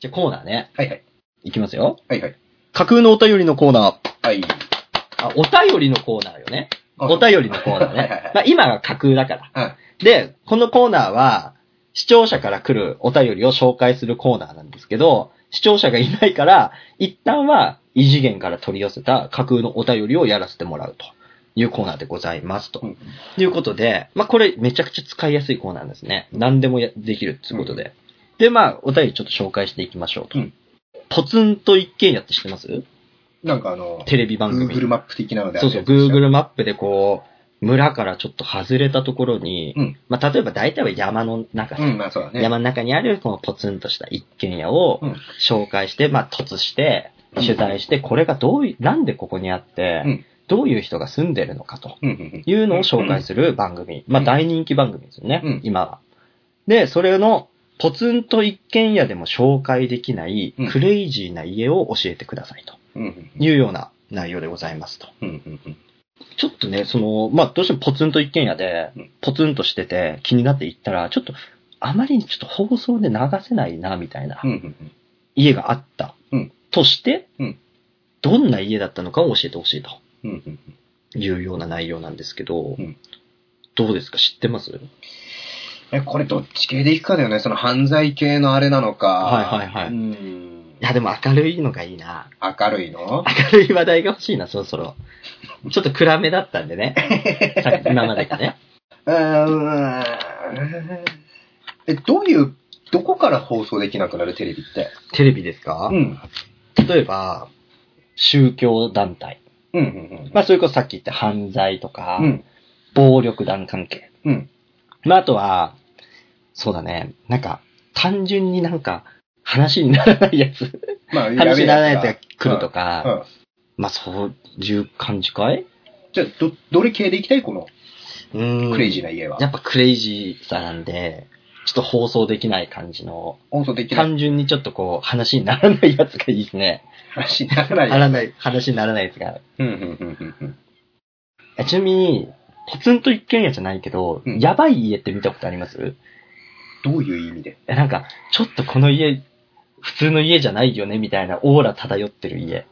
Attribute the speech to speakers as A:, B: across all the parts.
A: じゃあコーナーね。
B: はいはい。
A: いきますよ。
B: はいはい。
C: 架空のお便りのコーナー。
B: はい。
A: あ、お便りのコーナーよね。お便りのコーナー
B: はいはい
A: ね
B: はい。
A: まあ今が架空だから。
B: はい。
A: で、このコーナーは、視聴者から来るお便りを紹介するコーナーなんですけど、視聴者がいないから、一旦は異次元から取り寄せた架空のお便りをやらせてもらうというコーナーでございますと。
B: うん
A: いうことで、まあこれめちゃくちゃ使いやすいコーナーですね。何でもやできるっていうことで。で、まあお便りちょっと紹介していきましょうと。
B: うん
A: ポツンと一軒家って知ってます
B: なんかあの、
A: テレビ番組。
B: Google マップ的なのであ
A: そう
B: る
A: そう、
B: やつでしょ
A: Google マップでこう、村からちょっと外れたところに、
B: うん
A: まあ、例えば大体は山の中、
B: うん、まあそうだね。
A: 山の中にあるこのポツンとした一軒家を
B: うん
A: 紹介して、まあ、突して、取材して、これがどうい、なんでここにあって、
B: うん
A: どういう人が住んでるのかと
B: うんうん
A: いうのを紹介する番組。まあ、大人気番組ですよね、
B: うん
A: 今は。で、それの、ポツンと一軒家でも紹介できない
B: うん、
A: クレイジーな家を教えてくださいと
B: うん。うん
A: いうような内容でございますと。
B: うんうんうん
A: ちょっとね、その、まあ、どうしてもポツンと一軒家で
B: うん、
A: ポツンとしてて気になって行ったら、ちょっと、あまりにちょっと放送で流せないな、みたいな
B: うんうんうん
A: 家があった。
B: うん
A: として、
B: うん
A: どんな家だったのかを教えてほしいと
B: うんうんうん
A: いうような内容なんですけど、
B: うん
A: どうですか知ってます
B: え、これどっち系でいくかだよね。その犯罪系のあれなのか。
A: はいはいはい
B: うん
A: い。や、でも明るいのがいいな。
B: 明るいの
A: 明るい話題が欲しいな、そろそろ。ちょっと暗めだったんで ね。さっき今までがね。
B: うーん。え、どういう、どこから放送できなくなるテレビって。
A: テレビですか、
B: ん。
A: 例えば、宗教団体。
B: うんうん
A: まあ、それこそさっき言った犯罪とか、
B: うん。うん。
A: 暴力団関係。
B: うん。
A: まあ、あとは、そうだね、なんか、単純になんか、話にならないやつ、
B: まあ、
A: 話にならないやつ
B: や
A: が
B: べ
A: 来るとか、
B: えやつが。うん。
A: まあ、そういう感じかい
B: じゃあ、ど、どれ系でいきたいこの
A: うん
B: クレイジーな家は。
A: やっぱクレイジーさなんで、ちょっと放送できない感じの、
B: 放送できない
A: 単純にちょっとこう、話にならないやつがいいですね。
B: 話にならない。
A: ならない、話にならないやつが。
B: うんうんうんうん
A: えちなみに、ポツンと一軒家じゃないけど、
B: うん
A: やばい家って見たことあります
B: うん。どういう意味で
A: えなんか、ちょっとこの家、普通の家じゃないよね、みたいなオーラ漂ってる家。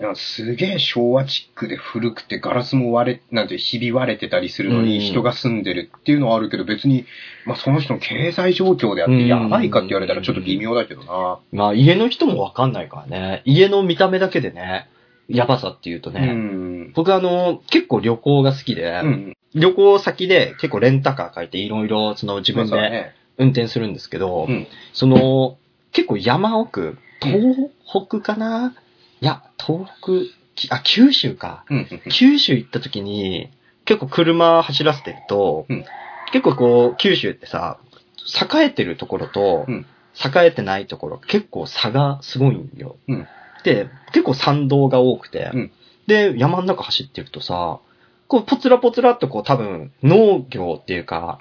B: なんかすげえ昭和チックで古くてガラスも割れ、なんてひび割れてたりするの
A: うん
B: に人が住んでるっていうのはあるけど別に、まあその人の経済状況であっ
A: うん
B: てやばいかって言われたらちょっと微妙だけどな。
A: まあ、家の人もわかんないからね。家の見た目だけでね、やばさっていうと
B: う
A: ね。
B: ん。
A: 僕あの、結構旅行が好きで、
B: うん。
A: 旅行先で結構レンタカー借りていろいろ、その自分
B: まあそう
A: で
B: だね。
A: 運転するんですけど、
B: うん
A: その、結構山奥、東北かな、いや、東北、きあ、九州か。
B: うんうんうん
A: 九州行った時に、結構車走らせてると、
B: うん
A: 結構こう、九州ってさ、栄えてるところと、
B: うん
A: 栄えてないところ、結構差がすごいんよ。
B: うん
A: で、結構山道が多くて、
B: うん
A: で、山の中走ってるとさ、こう、ポツラポツラっとこう、多分、農業っていうか、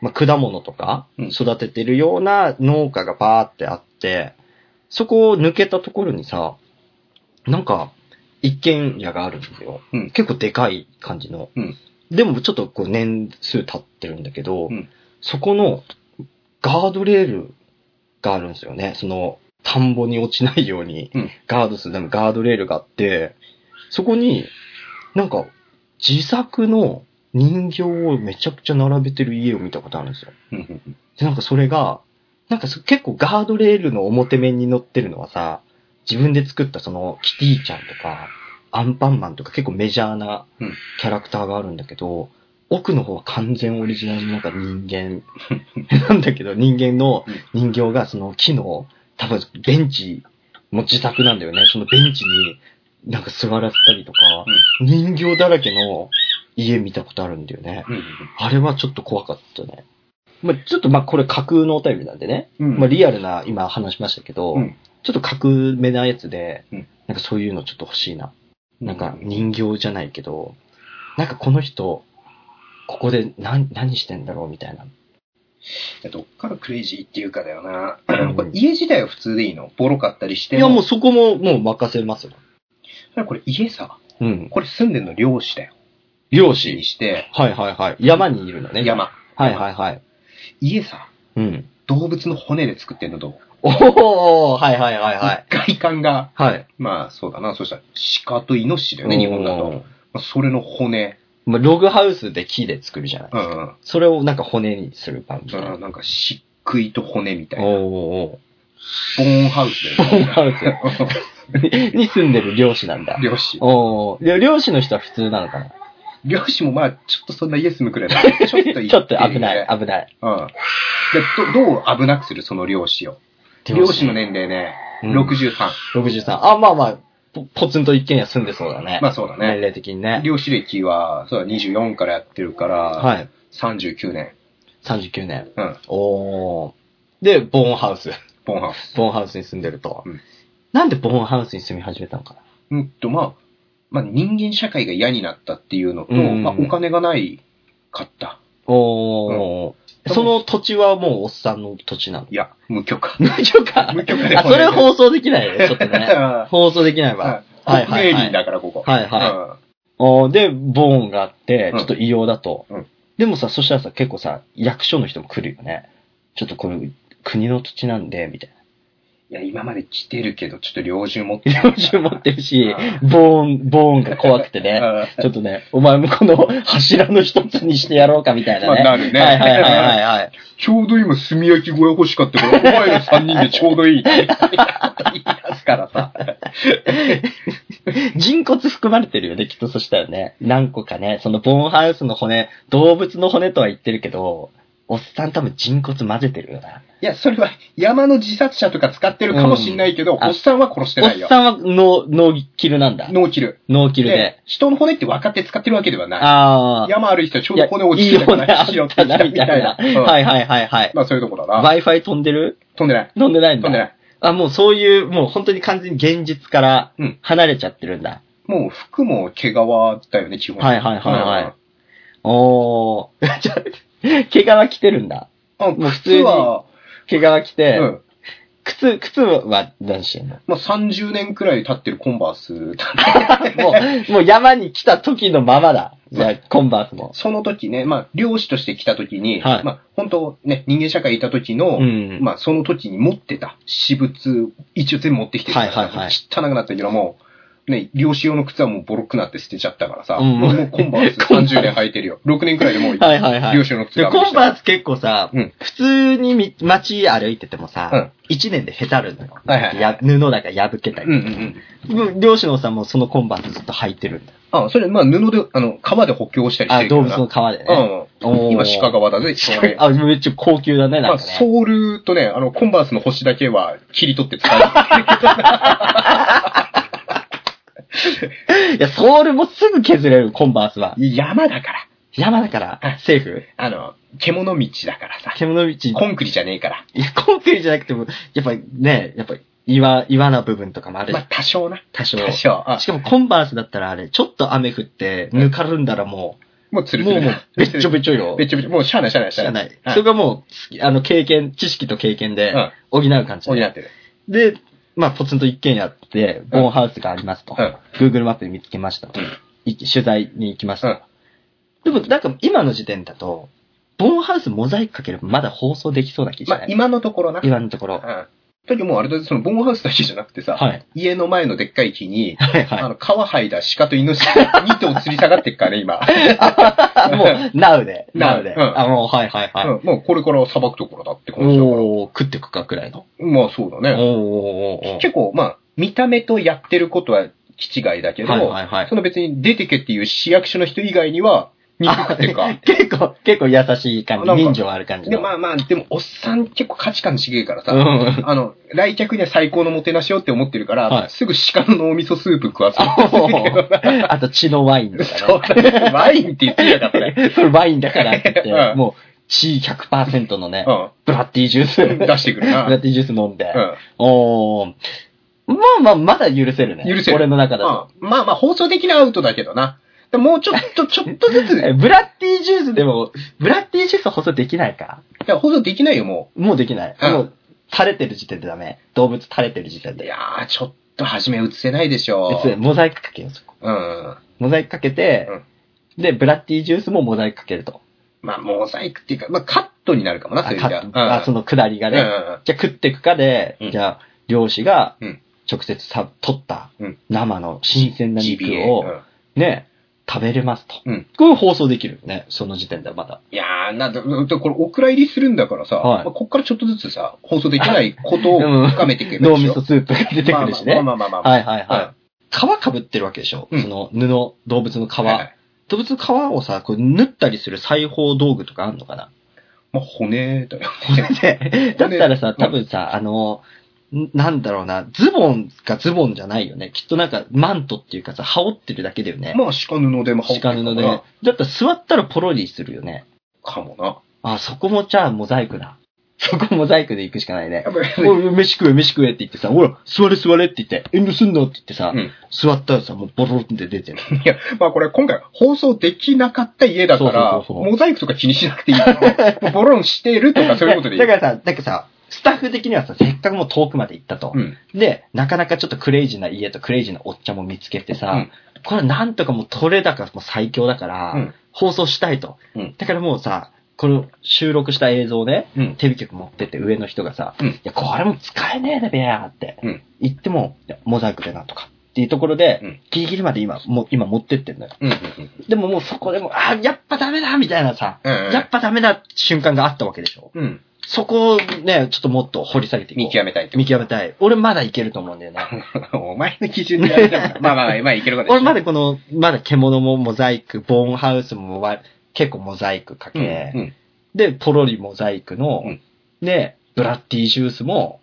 A: まあ、果物とか、
B: うん
A: 育ててるような農家がバーってあって、そこを抜けたところにさ、なんか、一軒家があるんですよ。
B: うん
A: 結構でかい感じの。
B: うん
A: でもちょっとこう年数経ってるんだけど、
B: うん
A: そこのガードレールがあるんですよね。その田んぼに落ちないように
B: うん
A: ガードするためのガードレールがあって、そこになんか自作の人形をめちゃくちゃ並べてる家を見たことあるんですよ。
B: うんうんうん
A: で、なんかそれが、なんかそ結構ガードレールの表面に乗ってるのはさ、自分で作ったそのキティちゃんとか、アンパンマンとか結構メジャーな
B: うん
A: キャラクターがあるんだけど、奥の方は完全オリジナルのなんか人間 なんだけど、人間の人形がその木の、多分ベンチ、もう自作なんだよね。そのベンチになんか座らせたりとか、人形だらけの家見たことあるんだよね。
B: うん
A: あれはちょっと怖かったね。まあ、ちょっとまあこれ架空のお便りなんでね。
B: うんうん
A: まあリアルな今話しましたけど、
B: うん
A: ちょっと架空めなやつで、
B: うん
A: なんかそういうのちょっと欲しいな。なんか人形じゃないけど、なんかこの人、ここで何何してんだろうみたいな。
B: どっからクレイジーっていうかだよな
A: うん。
B: これ家自体は普通でいいのボロかったりして
A: い
B: も。
A: やもうそこももう任せますよ。
B: これ家さ。
A: うん。
B: これ住んでるの漁師だよ。
A: 漁
B: 漁師に
A: 師。
B: して、
A: はいはいはい。山にいるのね。。
B: 山。
A: はいはいはい。
B: 家さ、
A: うん。
B: 動物の骨で作ってんのどう
A: おおはいはいはいはい。
B: 外観が、
A: はい。
B: まあそうだな、そしたら鹿とイノシシだよね、日本だと。。まあ、それの骨。
A: まあ、ログハウスで木で作るじゃない。
B: うんうん。
A: それをなんか骨にする感じ。
B: だからなんか漆喰と骨みたい
A: お
B: な。
A: お
B: ボーンハウスだ
A: ボ
B: よ
A: ーン
B: ね。
A: ハウス に住んでる漁師なんだ。
B: 漁師。
A: おお漁師の人は普通なのかな
B: 漁師もまあ、ちょっとそんな家住むくらい だねちょっと行てるね
A: ちょっと危ない、危ない。
B: うん。で、ど、どう危なくするその漁師を。漁師の年齢ね、
A: うん
B: 63。
A: 63。あ、まあまあ、ぽポツンと一軒家住んでそうだね。
B: まあそうだ
A: 年
B: ね。
A: 齢的にね。
B: 漁師歴は、そうだ、24からやってるから、
A: はい。
B: 39年。
A: 39年。
B: うん。
A: おー。で、ボーンハウス。
B: ボーンハウス。
A: ボーンハウスに住んでると。
B: うん
A: なんでボーンハウスに住み始めたのかな
B: うんと、まあ、まあ人間社会が嫌になったっていうのと、
A: うん
B: まあお金がないかった。
A: おー。
B: うん
A: その土地はもうおっさんの土地なの。
B: いや、無 許可。
A: 無許可
B: 無許可で
A: あ、それ放送できない よ、ちょっとね。
B: は
A: 放送できないわ。
B: い
A: はい
B: 国
A: はいは
B: 営
A: い
B: 林だから、ここ。
A: はいはい。おーで、ボーンがあって
B: う、ん
A: ちょっと異様だと。
B: うん
A: でもさ、そしたらさ、結構さ、役所の人も来るよね。ちょっとこれ、国の土地なんで、みたいな。
B: いや、今まで来てるけど、ちょっと猟銃持っ て
A: 領収持ってるし
B: う、
A: ボーン、ボーンが怖くてね。ちょっとね、お前もこの柱の一つにしてやろうかみたいな
B: まあ
A: ね。
B: なるね
A: はいはいはいはいはい。
B: ちょうど今、炭焼き小屋欲しかったから、お前ら3人でちょうど いい。言い出すからさ。
A: 人骨含まれてるよね、きっとそしたらね。何個かね、そのボーンハウスの骨、動物の骨とは言ってるけど、おっさん多分人骨混ぜてるよな。
B: いや、それは山の自殺者とか使ってるかもしんないけど、
A: うんあ
B: おっさんは殺して
A: お
B: ない
A: っ
B: よ。
A: さんは脳、脳キルなんだ。
B: 脳キル。
A: 脳キルで。
B: 人の骨って分かって使ってるわけではない。
A: ああ。
B: 山歩いてたらちょう
A: いや
B: ど骨落ちてたか
A: いいよ
B: ら、
A: ね
B: 拾ってきたみたいな。
A: みたいな
B: うん
A: はいはいはいはい。
B: まあそういうとこだな。
A: Wi-Fi 飛んでる
B: 飛んでない。
A: 飛んでないん
B: 飛
A: だ。
B: んでない。
A: あ、もうそういう、もう本当に完全に現実から
B: うん
A: 離れちゃってるんだ。
B: もう服も毛皮だよね、基本。
A: はいはいはいはい
B: うん
A: おー。 じゃあ毛皮着てるんだ。
B: あ
A: もう普通
B: 靴
A: に
B: は、
A: 毛皮着て、
B: うん。
A: 靴、靴は何してんの
B: まあ30年くらい経ってるコンバースだね
A: もう、もう山に来た時のままだ。じゃあ、コンバースも。
B: その時ね、まあ、漁師として来た時に、
A: はい
B: まあ、本当ね、人間社会いた時の、
A: うん
B: まあ、その時に持ってた私物、一応全部持ってきてるから
A: はいはいはい
B: 汚くなったけども、ね、漁師用の靴はもうボロくなって捨てちゃったからさ、
A: うん
B: もうもうコンバース
A: コンバース
B: 30年履いてるよ。6年くらいでもう、
A: はいはいはい
B: 漁。師用の靴
A: で
B: が
A: コンバース結構さ、
B: うん
A: 普通にみ街歩いててもさ、一1年でへたるのよ。
B: はいはいはい
A: や布だから破けた
B: うんうんう
A: り。
B: ん。
A: もう漁師のおっさんもそのコンバースずっと履いてるんだ。
B: あ、それ、まあ、布で、あの、革で補強したりして
A: あ、
B: るか
A: 動
B: ら
A: 物
B: な
A: の皮でね。
B: うん。今、
A: 鹿
B: 鹿
A: が
B: 革だぜ、それ
A: あ、めっちゃ高級だね、な
B: ま
A: ん
B: あ、
A: かね。
B: ソールとね、あの、コンバースの星だけは切り取って使 う。
A: いや、ソールもすぐ削れる、コンバースは。
B: 山だから。
A: 山だから、セーフ。
B: あの、獣道だからさ。
A: 獣道、い
B: コンクリじゃねえから。
A: や、コンクリじゃなくても、やっぱね、やっぱ岩、岩な部分とかもある
B: まあ、多少な。
A: 多少。
B: 多少。あ
A: しかもコンバースだったらあれ、ちょっと雨降って、ぬかるんだらも
B: もうつ
A: う、
B: るつ
A: もう
B: る。
A: もう、 べっちょべちょよ
B: べ。っちょべちょ。もうしゃあないしゃあないし
A: じ
B: ゃ
A: ゃ
B: あな。
A: ないい。
B: はい
A: それがもう、あの、経験、知識と経験で
B: うん、
A: 補う感じ
B: 補
A: だ
B: っ
A: ね。
B: てる。
A: で、まあ、ポツンと一軒家あって、ボーンハウスがありますと。
B: うん
A: Google マップで見つけましたと。
B: うん
A: い取材に行きました。でも、なんか今の時点だと、ボーンハウスモザイクかければまだ放送できそうな気し
B: ま
A: な
B: あ、
A: い、
B: 今のところな。うん。
A: 今のところ。は
B: だけどもうあれだぜそのボーンハウスだけじゃなくてさ、
A: い。
B: 家の前のでっかい木に、
A: はいは
B: あの、皮剥いだ鹿とイノシシが2頭吊り下がってっからね、今。
A: い。もう、ナウで。ナウで。
B: うん
A: あ、もう、はいはいはい。
B: うんもうこれから裁くところだって感じだか
A: おー、食ってくかくらいの。
B: ら。まあそう だ
A: おー
B: ね。
A: おーおーおー
B: 結構、まあ、見た目とやってることは気違いだけど、
A: はいはいはい
B: そ。の別に出てけっていう市役所の人以外には、肉食ってっか。
A: 結構、結構優しい感じ。
B: なんか
A: 人情ある感じ
B: で
A: の。
B: まあまあ、でも、おっさん結構価値観違えからさ、
A: うん。
B: あの、来客には最高のもてなしをって思ってるから、
A: はい
B: すぐ鹿の脳みそスープ食わす。
A: あおーあと、血のワインとかね。
B: そうだねワインって言ってやがったね。
A: それワインだからって言って、
B: うん
A: もう、血100%のね、
B: うん。
A: ブラッディジュース、ブ
B: 出してくる な。
A: ラッディジュース飲んで、
B: うん
A: おーまあまあ、まだ許せるね。
B: 許せる
A: 俺の中だと。
B: まあまあまあ、放送的なアウトだけどな。でももうちょっと、ちょっとずつ、
A: え
B: い
A: ブラッディジュースでも、ブラッディジュース補送できないか
B: や放送できないよ、も
A: もうできない。
B: うん
A: もう、垂れてる時点でダメ。動物垂れてる時点
B: う。い
A: で。
B: やー、ちょっと初め映せないでしょ。
A: 別にモザイクかけよう、そこ。
B: うん。
A: モザイクかけて、で、ブラッディジュースもモザイクかけると。
B: まあ、モザイクっていうか、まあ、カットになるかもな、そういう意味では。うん
A: あ、あその下りが
B: うんう
A: ね。
B: ん
A: じゃあ食っていくかで、
B: うん
A: じゃあ漁師が
B: うん
A: 直接さ取った
B: うん
A: 生の新鮮
B: うん
A: な肉
B: GBA う
A: を
B: ん
A: ね、食べれますと。
B: うん
A: これ放送できるよね、その時点ではまだ。
B: いやー、なんだ、うんこれ、お蔵入りするんだからさ、
A: はい
B: まあこっからちょっとずつさ、放送できないことを
A: うん
B: 深めていけばい
A: 脳
B: いでし
A: み
B: ょ
A: そスープが出てくるしね。
B: まあまあまあまあまあまあ。
A: はいはい
B: は
A: はい。皮被ってるわけでしょ、
B: うん
A: その布、動物の皮。
B: はいはい
A: 動物の皮をさ、こう縫ったりする裁縫道具とかあんのかな
B: まあ、骨だよ。
A: でだったらさ、多分さ、あの、んなんだろうな、ズボンがズボンじゃないよね。きっとなんかマントっていうかさ、羽織ってるだけだよね。
B: まあ、鹿布でも羽織ってる
A: 鹿布で。だったら座ったらポロリするよね。
B: かもな。
A: あ、そこもじゃあモザイクだ。そこモザイクで行くしかないね
B: や。っぱり
A: おい、飯食え、飯食えって言ってさ、ほら、座れ座れって言って、遠慮すんのって言ってさ、
B: うん
A: 座ったらさ、もうボロンって出てる。
B: いや、まあこれ今回放送できなかった家だか
A: そ
B: ら、
A: うそうそうそう
B: モザイクとか気にしなくてい いの。ボロンしてるとかそういうことでいい。
A: だからさ、なんかさ、スタッフ的にはさ、せっかくもう遠くまで行ったと。
B: うん。
A: で、なかなかちょっとクレイジーな家とクレイジーなおっちゃんも見つけてさ、
B: うん
A: これなんとかもう取れ高も最強だから、
B: うん
A: 放送したいと。
B: うん
A: だからもうさ、この収録した映像をね、
B: うん。
A: テレビ局持ってって上の人がさ、
B: うん
A: いや、これも使えねえだべやーって、
B: うん
A: 言っても、いやモザイクでなんとかっていうところで、
B: うん
A: ギリギリまで今、もう今持ってってんのよ。
B: うん。
A: でももうそこでも、あーやっぱダメだみたいなさ、
B: うん。
A: やっぱダメだ瞬間があったわけでしょ。
B: うん。
A: そこをね、ちょっともっと掘り下げていこう。
B: 見極めたいって
A: 見極めたい。俺まだいけると思うんだよね。
B: お前の基準でやりたいな まあまあまあ、まあいけること
A: 俺まだこの、まだ獣もモザイク、ボーンハウスもわ結構モザイクか
B: う
A: け、
B: ん。うん。
A: で、ポロリモザイクの、
B: うん
A: で、ブラッディジュースも、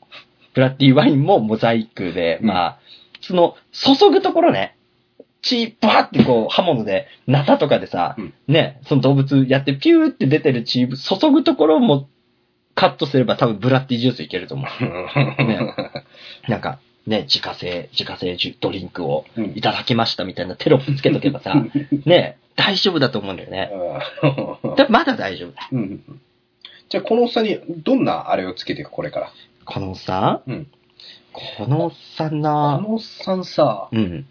A: ブラッディワインもモザイクで、
B: うん
A: まあ、その、注ぐところね、血、バーってこう、刃物で、ナタとかでさ、
B: うん
A: ね、その動物やってピューって出てる血、注ぐところもカットすれば多分ブラッディジュースいけると思う。ね、なんか、ね、自家製、自家製ジュドリンクを
B: うん
A: いただきましたみたいなテロップつけとけ ばさ、ね、大丈夫だと思うんだよね。だまだ大丈夫だ。
B: うん。じゃあ、このおっさんに、どんなあれをつけていく、これから。
A: このおっさん、
B: うん
A: このおっさん
B: あ
A: な
B: のおっさんさ、
A: うん。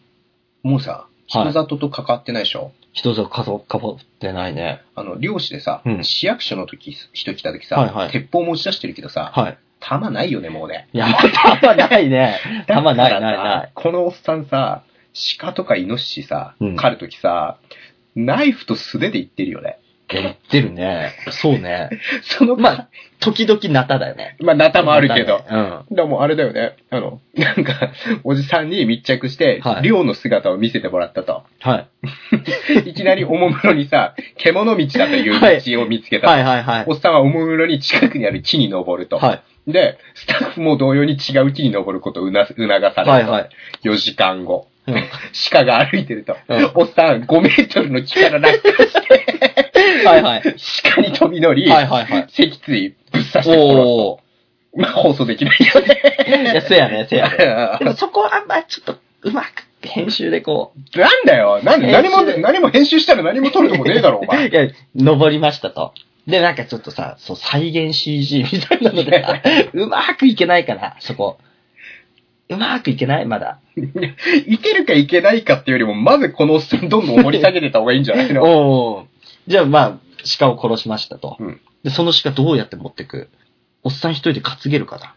B: もうさ、
A: は
B: 人
A: い
B: 里と関わってないでしょ
A: 人ぞかそかぼってないね。
B: あの、漁師でさ、
A: うん
B: 市役所の時、人来た時さ、
A: はいはい
B: 鉄砲持ち出してるけどさ、
A: はい。
B: 弾ないよね、もうね。
A: いや、弾ない ね。弾ないないない。
B: このおっさんさ、鹿とかイノシシさ、
A: うん
B: 狩る時さ、ナイフと素手でいってるよね。
A: 言ってるね。そうね。
B: その、
A: まあ、時々ナタだよね。
B: まあ、ナタもあるけど
A: ナ。タね
B: でもうあれだよね。あの、なんか、おじさんに密着して、
A: はい
B: 漁の姿を見せてもらっ たと。
A: うん。はい。
B: いきなりおもむろにさ、獣道だという道を見つけた。
A: はいはいはい
B: お。っさんはおもむろに近くにある木に登ると。
A: はい。
B: で、スタッフも同様に違う木に登ることをうな促された。
A: はいはい。
B: 4時間後、
A: うん
B: 鹿が歩いてると、
A: うん
B: おっさん5メートルの木から落下して、
A: はいはい。
B: 鹿に飛び乗り、
A: はいはいはい。
B: 脊椎ぶっ刺して殺すと。
A: おー。
B: まあ、放送できないよね。
A: いや、せやね、せやね。 でも
B: な
A: そこはあんまちょっと、うまく編集でこう。
B: んだよなん
A: 編集
B: 何も、何も編集したら何も撮るとこねえだろ、お 前。
A: いや、登りましたと。で、なんかちょっとさ、そう、再現 CG みたいなので さ、うまくいけないかな、そこ。うまくいけないまだ。
B: いけるかいけないかっていうよりも、まずこのおっさんどんどん盛り下げてた方がいいんじゃ ないの
A: おーじゃあまあ、鹿を殺しましたと。
B: うん
A: で、その鹿どうやって持ってくおっさん一人で担げるかな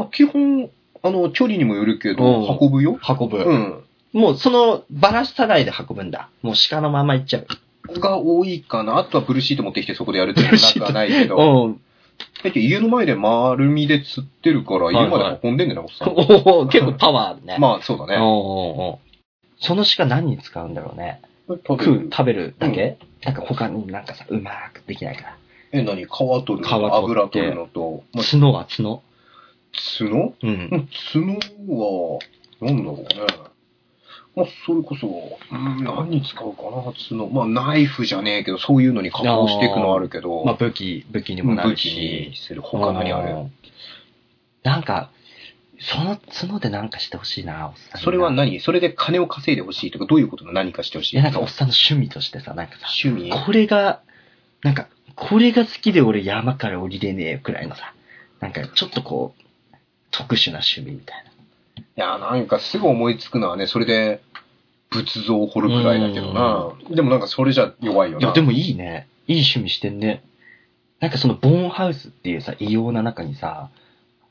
B: あ、基本、あの、距離にもよるけ
A: うん
B: ど、運ぶよ。
A: 運ぶ、
B: うん。
A: もうその、ばらさないで運ぶんだ。もう鹿のまま行っちゃう。
B: が多いかな。あとはブルーシート持ってきてそこでやるっていうのはなくはないけど。
A: うん。
B: だって家の前で丸みで釣ってるから、
A: いはい
B: 家まで運んでんねんな、おっさん。
A: おー結構パワーあるね。
B: まあ、そうだ
A: おー
B: ね。
A: おーおーその鹿何に使うんだろうね。
B: 食べ
A: 食う
B: る、
A: 食べるだけ、なんか他になんかさ、うまくできないから。
B: え、何皮取るの
A: 皮取って
B: と油取るのと、まあ、
A: 角は角。
B: 角
A: うん。
B: うん角は、なんだろうね。まあ、それこそ、うん、何に使うかな、角。まあ、ナイフじゃねえけど、そういうのに加工していくのはあるけど、
A: まあ武器、武器にもな
B: 武
A: る
B: 器に
A: し。
B: する。他何ある
A: うんなんか、その角でなんかしてほしいな、おっさんに。
B: それは何それで金を稼いでほしいとか、どういうことの何かしてほし
A: い
B: い
A: や、なんかおっさんの趣味としてさ、なんかさ、
B: 趣味
A: これが、なんか、これが好きで俺山から降りれねえくらいのさ、なんかちょっとこう、特殊な趣味みたいな。
B: いや、なんかすぐ思いつくのはね、それで仏像を掘るくらいだけどな。でもなんかそれじゃ弱いよ
A: い
B: な。
A: や、でもいいね。いい趣味してんね。なんかそのボーンハウスっていうさ、異様な中にさ、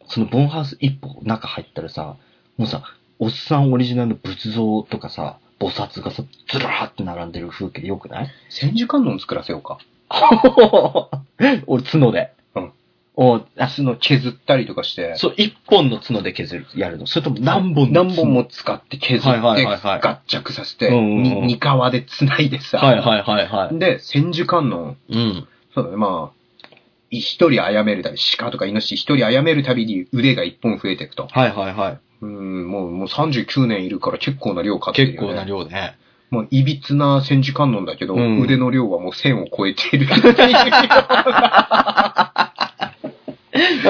A: そのボーンハウス一歩中入ったらさ、もうさ、おっさんオリジナルの仏像とかさ、菩薩がさ、ずらーって並んでる風景よくない
B: 千手観音作らせようか。
A: 俺、角で。
B: うん。
A: おあ
B: 足の削ったりとかして、
A: そう、一本の角で削る、やるの。それとも何本の角
B: 何本も使って削って、
A: はいはいはいはい
B: 合着させて、
A: うんうんうん
B: に二皮で繋いでさ、
A: はいはいはいはい。
B: で、千手観音、
A: うん。
B: そうだね、まあ、い一人殺めるたび、鹿とかイノシシ一人殺めるたびに腕が一本増えていくと。
A: はいはいはい。
B: うん、もう、もう39年いるから結構な量買ってる
A: 結
B: よ、ね。
A: 構な量ね。
B: もう、いびつな千手観音だけど、
A: うん
B: 腕の量はもう1000を超え ている。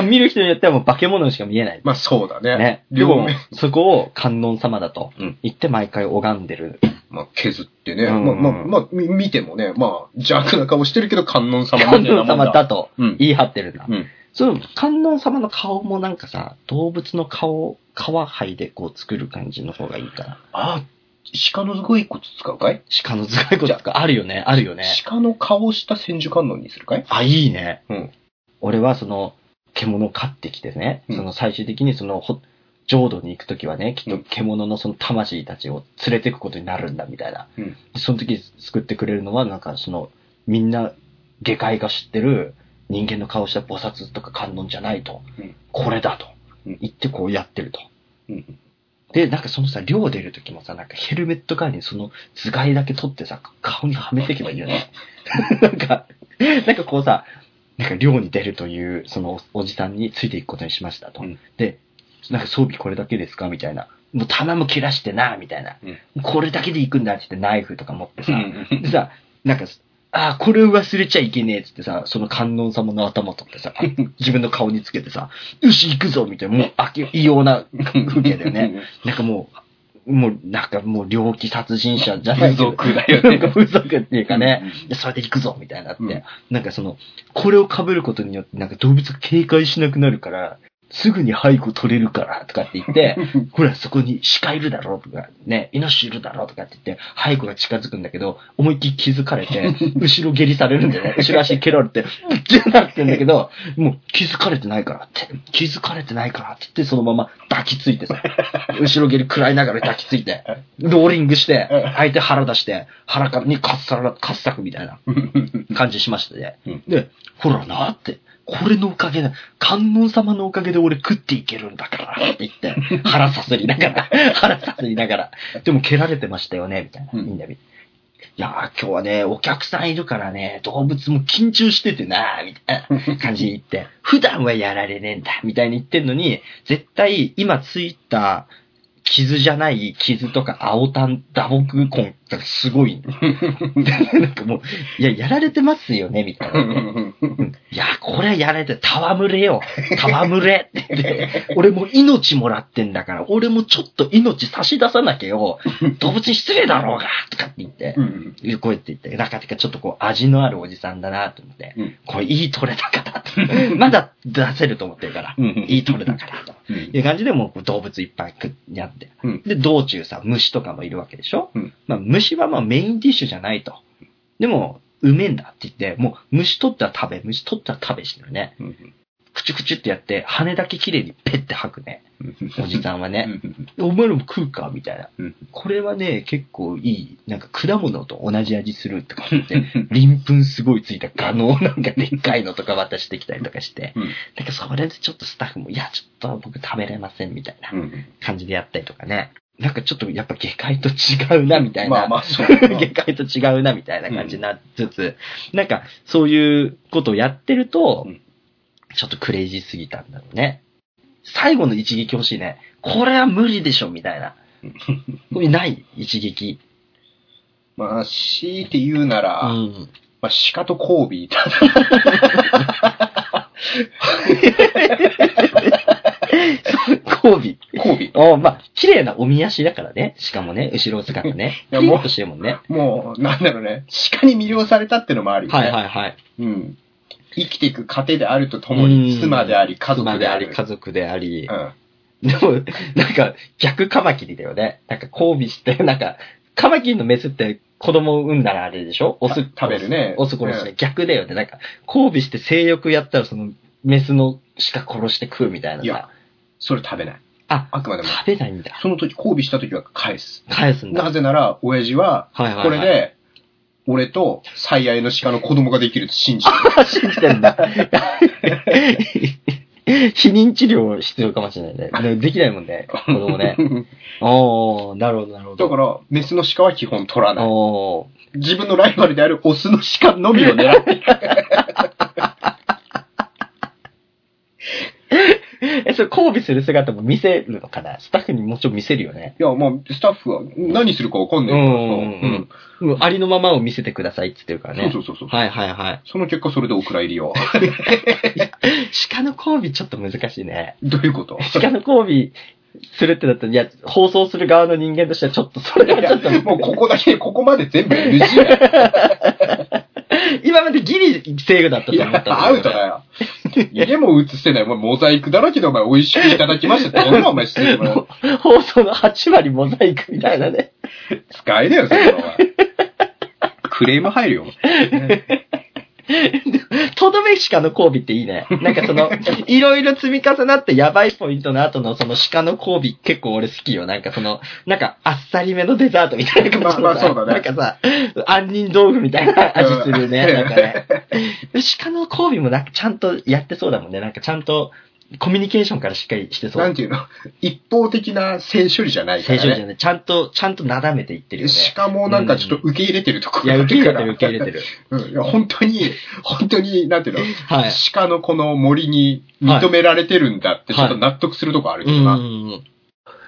A: 見る人によってはもう化け物にしか見えない。
B: まあ、そうだね。
A: ね。で
B: 両
A: も
B: 面、
A: そこを観音様だと
B: うん
A: 言って毎回拝んでる。
B: まあ、削ってね。
A: うん
B: まあ、まあ、まあ、み見てもね、まあ、邪悪な顔してるけど観音様
A: 観
B: みたいな
A: 音
B: も
A: 様
B: んだ。
A: だと
B: うん。
A: 言い張ってるんだ。
B: うん。
A: その観音様の顔もなんかさ、動物の顔、皮剥いでこう作る感じの方がいいから。
B: あ、鹿の頭一個使うかい
A: 鹿の頭蓋骨とかあるよね、あるよね。
B: 鹿の顔した千手観音にするかい
A: あ、いいね。
B: うん
A: 俺はその、獣を飼ってきてね、
B: うん
A: その最終的にその、ほ浄土に行くときはね、きっと獣のその魂たちを連れてくことになるんだみたいな。
B: うん
A: その時救ってくれるのは、なんかその、みんな下界が知ってる人間の顔した菩薩とか観音じゃないと。
B: うん
A: これだと。
B: うん
A: 言ってこうやってると。
B: うん。
A: で、なんかそのさ、寮出るときもさ、なんかヘルメット代わりにその頭蓋だけ取ってさ、顔にはめていけばいいよね。 なんか、なんかこうさ、なんか寮に出るという、そのおじさんについていくことにしましたと。
B: うん
A: で、なんか装備これだけですかみたいな。もう弾も切らしてな、みたいな。これだけで行くんだって言ってナイフとか持ってさ。でさ、なんか、あーこれ忘れちゃいけねえっつってさ、その観音様の頭取って さ、自分の顔につけてさ、よし行くぞみたいな、もう、あけ、異様な風景だよね。なんかもう、もう、なんかもう、猟奇殺人者じゃないけど
B: 風俗だよね
A: なんか風俗っていうかね、
B: うん
A: でそれで行くぞみたいになって、
B: うん
A: なんかその、これを被ることによって、なんか動物が警戒しなくなるから、すぐに背後取れるから、とかって言って、ほら、そこに鹿いるだろうとか、ね、イノシシいるだろうとかって言って、背後が近づくんだけど、思いっきり気づかれて、後ろ蹴りされるんだよね。後ろ足蹴られて、うんってなってんだけど、もう気づかれてないからって、気づかれてないからって言って、そのまま抱きついてさ、後ろ蹴り食らいながら抱きついて、ローリングして
B: うん、
A: 相手腹出して、腹からにカッサラ、カッサクみたいな感じしましたね。
B: うん
A: で、ほらなって、これのおかげだ、観音様のおかげで俺食っていけるんだからって言って、腹さすりながら、腹さすりながら、でも蹴られてましたよね、みたいな、
B: うん
A: インタビュー。いやー、今日はね、お客さんいるからね、動物も緊張しててなー、みたいな。感じで言って、普段はやられねえんだ、みたいに言ってんのに、絶対今ついた傷じゃない傷とか青タン、打撲痕がすごいんだよ。なんかもう、いや、やられてますよね、みたいな。いや、これやられて、戯れよ。戯れって言って、俺も命もらってんだから、俺もちょっと命差し出さなきゃよ。動物に失礼だろうがとかって言って。いう声って言って、なんかてかちょっとこう味のあるおじさんだなと思って、
B: うん
A: これいい取れ高だ と。まだ出せると思ってるから、いい取れ高だと。いう感じでもうこう動物いっぱい食ってやって。
B: うん
A: で、道中さ、虫とかもいるわけでしょ、
B: うん
A: まあ虫はまあメインディッシュじゃないと。でも、うめえんだって言って、もう虫取ったら食べ、虫取ったら食べしてるね。くちゅくちゅってやって、羽だけ綺麗にペッて吐くね。おじさんは ね。お前らも食うかみたいな、
B: うん
A: これはね、結構いい。なんか果物と同じ味するとか思って、 鱗粉すごいついたガのなんかでっかいのとか渡してきたりとかして。だからそれでちょっとスタッフも、いや、ちょっと僕食べれませんみたいな感じでやったりとかね。なんかちょっとやっぱ下界と違うなみたいな。
B: まあまあそう
A: 下界と違うなみたいな感じになりつつ、なんかそういうことをやってると、
B: うん
A: ちょっとクレイジーすぎたんだろうね。最後の一撃欲しいね。これは無理でしょみたいな。これない一撃。
B: まあ、強いて言うなら、
A: うん
B: まあ、鹿とコービーだな。
A: 交尾。
B: コービ
A: おまあ、綺麗なおみ足だからね。しかもね、後ろ姿ね。
B: い
A: ピ
B: やもう
A: ンとしてるもんね。
B: ー。もう、なんだろうね。鹿に魅了されたってのもあるよね。
A: はいはいはい。
B: うん。生きていく糧であるとともに、妻であり、家
A: 妻
B: 族
A: で
B: で
A: あ
B: あ
A: り、
B: る。
A: 家族であり。
B: うん。
A: でも、なんか、逆カマキリだよね。なんか、交尾して、なんか、カマキリのメスって、子供産んだらあれでしょオス、
B: た食べるね
A: オス殺して、逆だよね。なんか、交尾して性欲やったらその、メスのしか殺して食うみたいない
B: や
A: さ。
B: それ食べない。
A: あ
B: あくまでも。
A: 食べないんだ。
B: その時、交尾した時は返す。
A: 返すんだ。
B: なぜなら、親父は、
A: はいはい、は
B: これ
A: い。
B: で、俺と最愛の鹿の子供ができると信じてる。
A: で、 信じてんだ。 避妊治療必要かもしれないね。でもできないもん ね、子供ね。おー、なるほど、なるほ
B: だ
A: ど。
B: から、メスの鹿は基本取らない。
A: おー。
B: 自分のライバルであるオスの鹿のみを狙 ってる。
A: え、それ交尾する姿も見せるのかなスタッフにもちろん見せるよね。
B: いや、まあ、スタッフは何するかわかん
A: う
B: ないからさ。うん
A: ん。うん。ありのままを見せてくださいって言ってるからね。
B: そうそうそうそう。
A: はいはいはい。
B: その結果、それでお蔵入りよ。
A: 鹿の交尾ちょっと難しいね。
B: どうい うこと
A: 鹿の交尾するってなったら、いや、放送する側の人間としてはちょっとそれはちょっと
B: いやもうここだけ、ここまで 全部 NG や。
A: 今までギリセーフだったと
B: い
A: 思ったんだけど
B: や、アウトだよ。家も映してない。お前、モザイクだらけでお前、美味しくいただきました。どんなお前してるの
A: 放送の8割モザイクみたいなね。
B: 使いだよ、それお前。クレーム入るよ。
A: とどめ鹿の交尾っていいね。なんかそ の、いろいろ積み重なってやばいポイントの後のその鹿の交尾結構俺好きよ。なんかその、なんかあっさりめのデザートみたいな感じのさ、
B: まあまあそうだね
A: なんかさ、杏仁豆腐みたいな味するね。
B: うん
A: なんかね。鹿の交尾もなんかちゃんとやってそうだもんね。なんかちゃんとコミュニケーションからしっかりしてそ
B: なん
A: う。
B: ていうの一方的な性処理じゃないか
A: 正常じ
B: ら
A: ゃ
B: ね。
A: ない。ちゃんと、ちゃんとなだめていってるよね。
B: しかもなんかちょっと受け入れてるとこ
A: いや、
B: ろがあ
A: 受け入れ
B: る
A: て
B: から
A: る、受け入れてる。
B: うんいや本当に、本当に、なんていうの、
A: はい。
B: 鹿のこの森に認められてるんだって、ちょっと納得するとこあるけどな。
A: うんい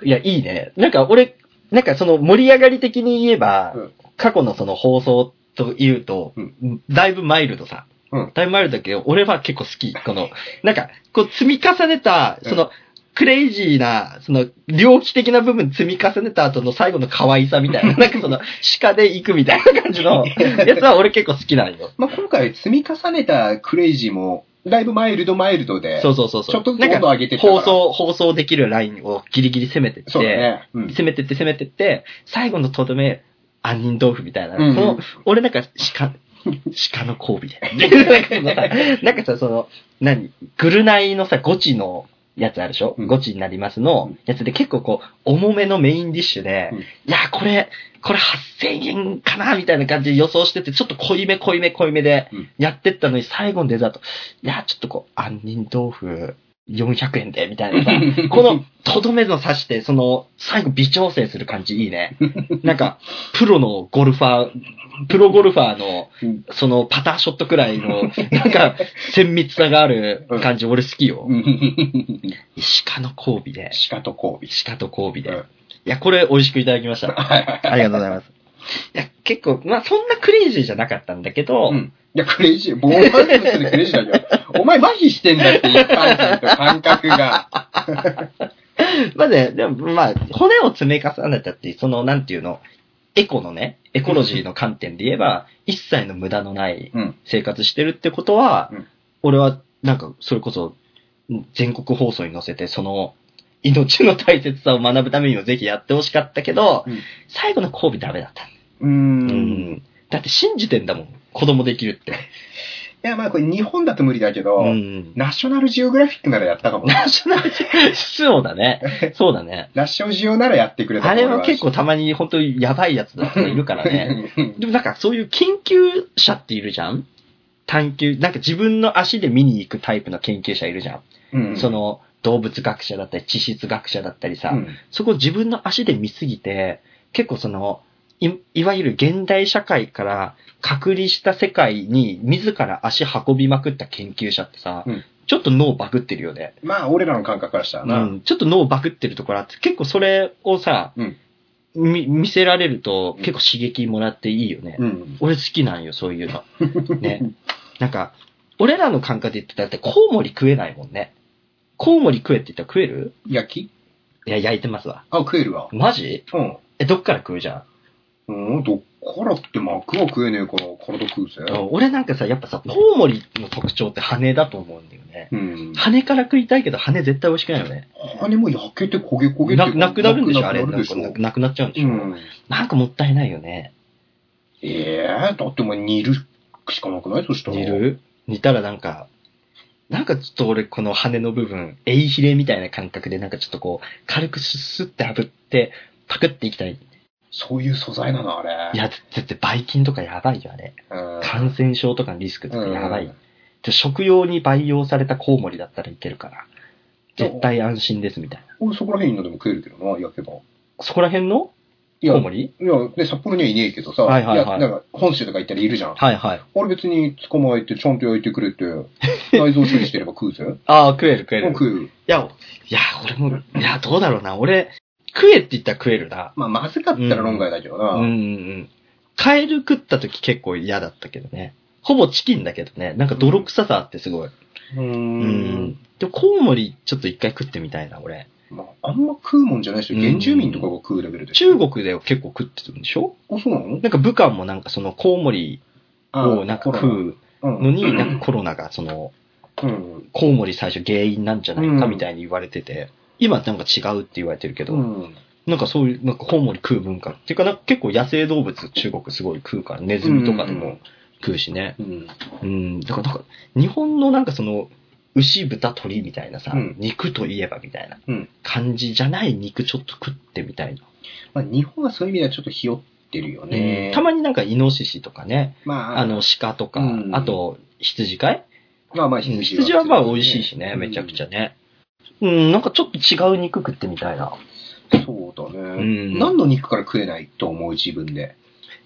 A: や、いいね。なんか俺、なんかその盛り上がり的に言えば、
B: うん
A: 過去のその放送と言うと、
B: う
A: だいぶマイルドさ。
B: うん
A: だいぶマイルドだけど、俺は結構好き。この、なんか、こう積み重ねた、その、クレイジーな、その、猟奇的な部分積み重ねた後の最後の可愛さみた いな、なんかその、鹿で行くみたいな感じのやつは俺結構好きなんよ。
B: まあ、今回積み重ねたクレイジーも、だいぶマイルドマイルドで、
A: そうそうそうそう。
B: ちょっとずつ
A: なん
B: 温度
A: か
B: 上げてったから
A: 放送、放送できるラインをギリギリ攻めてって、
B: そうだね。うん
A: 攻めてって攻めてって、最後のとどめ、杏仁豆腐みたいな。
B: うんうん
A: その俺なんか鹿、鹿の交尾で。なんかそのさ、なんか さ、その、何ぐるナイのさ、ゴチのやつあるでしょ、
B: うん
A: ゴチになりますの
B: うん
A: やつで結構こう、重めのメインディッシュで、
B: うん
A: いや、これ、これ8000円かなみたいな感じで予想してて、ちょっと濃いめ濃いめ濃いめで
B: うん
A: やってったのに、最後のデザート、いや、ちょっとこう、杏仁豆腐400円で、みたいなさ、この、とどめの刺して、その、最後微調整する感じいいね。なんか、プロのゴルファー、プロゴルファーの
B: うん、
A: そのパターショットくらいの、なんか、綿密さがある感じ、俺好きよ。 鹿の交尾で、
B: 鹿と交
A: 鹿と交尾で。
B: うん
A: いや、これ美味しくいただきま した。ありがとうございます。いや、結構、まあ、そんなクレイジーじゃなかったんだけど、
B: 尾。うん。いや、クレイジー。ボーマルスでクレイジーだけど、お前麻痺してんだって、一般人と感覚が。
A: まあね、でもまあ、骨を積み重ねたって、その、なんていうの、エコのね、エコロジーの観点で言えば、一切の無駄のない
B: うん
A: 生活してるってことは、
B: うん
A: 俺は、なんか、それこそ、全国放送に載せて、その、命の大切さを学ぶためにもぜひやってほしかったけど、
B: うん
A: 最後の交尾ダメだった。
B: うー。
A: うん
B: い。
A: だって信じてんだもん。子供できるって。
B: や、まあこれ日本だと無理だけど、
A: うん。
B: ナショナルジオグラフィックならやった かも。
A: ナショナルジオそうだね。 そうだね。
B: ナショジオならやってくれた
A: あれは結構たまに本当にやばいやつだっているからね。
B: うん
A: でもなんかそういう研究者っているじゃん探究、なんか自分の足で見に行くタイプの研究者いるじゃん、
B: うん
A: そ、の動物学者だったり地質学者だったりさ、
B: うん
A: そこを自分の足で見すぎて、結構その、いいわゆる現代社会から隔離した世界に自ら足運びまくった研究者ってさ、
B: うん
A: ちょっと脳バグってるよね。
B: まあ、俺らの感覚からしたら
A: う
B: な。
A: ん、ちょっと脳バグってるところあって、結構それをさ、
B: うん
A: み見せられると
B: うん
A: 結構刺激もらっていいよね。
B: うん。
A: 俺好きなんよ、そういうの。ね。なんか、俺らの感覚で言ってたらだってコウモリ食えないもんね。コウモリ食えって言ったら食える
B: 焼き
A: いや、焼いてますわ。
B: あ、食えるわ。
A: マジ
B: うん。
A: え、どっから食うじゃん。
B: うん、どっからって膜は食えねえから、体食うぜ。
A: 俺なんかさ、やっぱさ、コウモリの特徴って羽だと思うんだよね。
B: うん。
A: 羽から食いたいけど羽絶対美味しくないよね。
B: 羽も焼けて焦げ焦げて
A: ななくなるんでしょあれ。
B: なく
A: な
B: なる
A: ん
B: でし
A: か
B: ょ
A: なくなくなっちゃうんで
B: う
A: しょ、
B: ん。
A: なんかもったいないよね。
B: ええだってお前煮るしかなくないそしたら。
A: 煮る煮たらなんか、なんかちょっと俺この羽の部分、エイヒレみたいな感覚でなんかちょっとこう、軽くスッスッって炙って、パクっていきたい。
B: そういう素材なの、あれ。
A: いや、絶対ばい菌とかやばいよ、あれ。
B: うん、
A: 感染症とかのリスクとかやば
B: う
A: い
B: ん。
A: で食用に培養されたコウモリだったらいけるから。絶対安心です、みたいな。
B: 俺そこら辺にいるのでも食えるけどな、焼けば。
A: そこら辺の
B: いや、
A: コウ
B: い
A: モリ
B: や、で、札幌にはいねえけどさ、
A: はいはいはい
B: や、なんか、本州とか行ったらいるじゃん。
A: はいはい。
B: 俺別に捕まえて、ちゃんと焼いてくれて、内臓処理してれば食うぜ。もう
A: ああ、 食える食える。い
B: 食う。
A: や、いや、俺も、いや、どうだろうな。俺、食えって言ったら食えるな。
B: まあ、まずかったら論外だけどな。
A: うんうんうん。カエル食った時結構嫌だったけどね。ほぼチキンだけどね。なんか泥臭さあってすごい。う
B: う。。
A: んでもコウモリ、ちょっと一回食ってみたいな、俺。
B: まあ、あんま食うもんじゃないし、
A: うん
B: 原住民とかが食うレベルで。
A: 中国では結構食ってるんでしょ
B: あ、そうなの
A: なんか武漢もなんかそのコウモリをなんか食
B: う。
A: う
B: う
A: の
B: ん。
A: に、なんかコロナがその、
B: うん。
A: コウモリ最初原因なんじゃないかみたいに言われてて、今なんか違うって言われてるけど、
B: うん。
A: なんかそういう、なんかコウモリ食う文化っていうか、なんか結構野生動物中国すごい食うから、ネズミとかでも食うしね。
B: うん。
A: うん、だからなんか日本のなんかその、牛、豚、鳥みたいなさ、
B: うん
A: 肉といえばみたいな
B: うん
A: 感じじゃない肉ちょっと食ってみたいな。
B: まあ、日本はそういう意味ではちょっとひよってるよね。
A: たまになんかイノシシとかね、
B: まあ、
A: あの鹿とか、
B: うん
A: あと羊飼い
B: まあまあ
A: 羊
B: 羊
A: はまあ美味しいしね、
B: うん
A: めちゃくちゃね。うん、なんかちょっと違う肉食ってみたいな。
B: そうだね、
A: ん
B: 何の肉から食えないと思う自分で。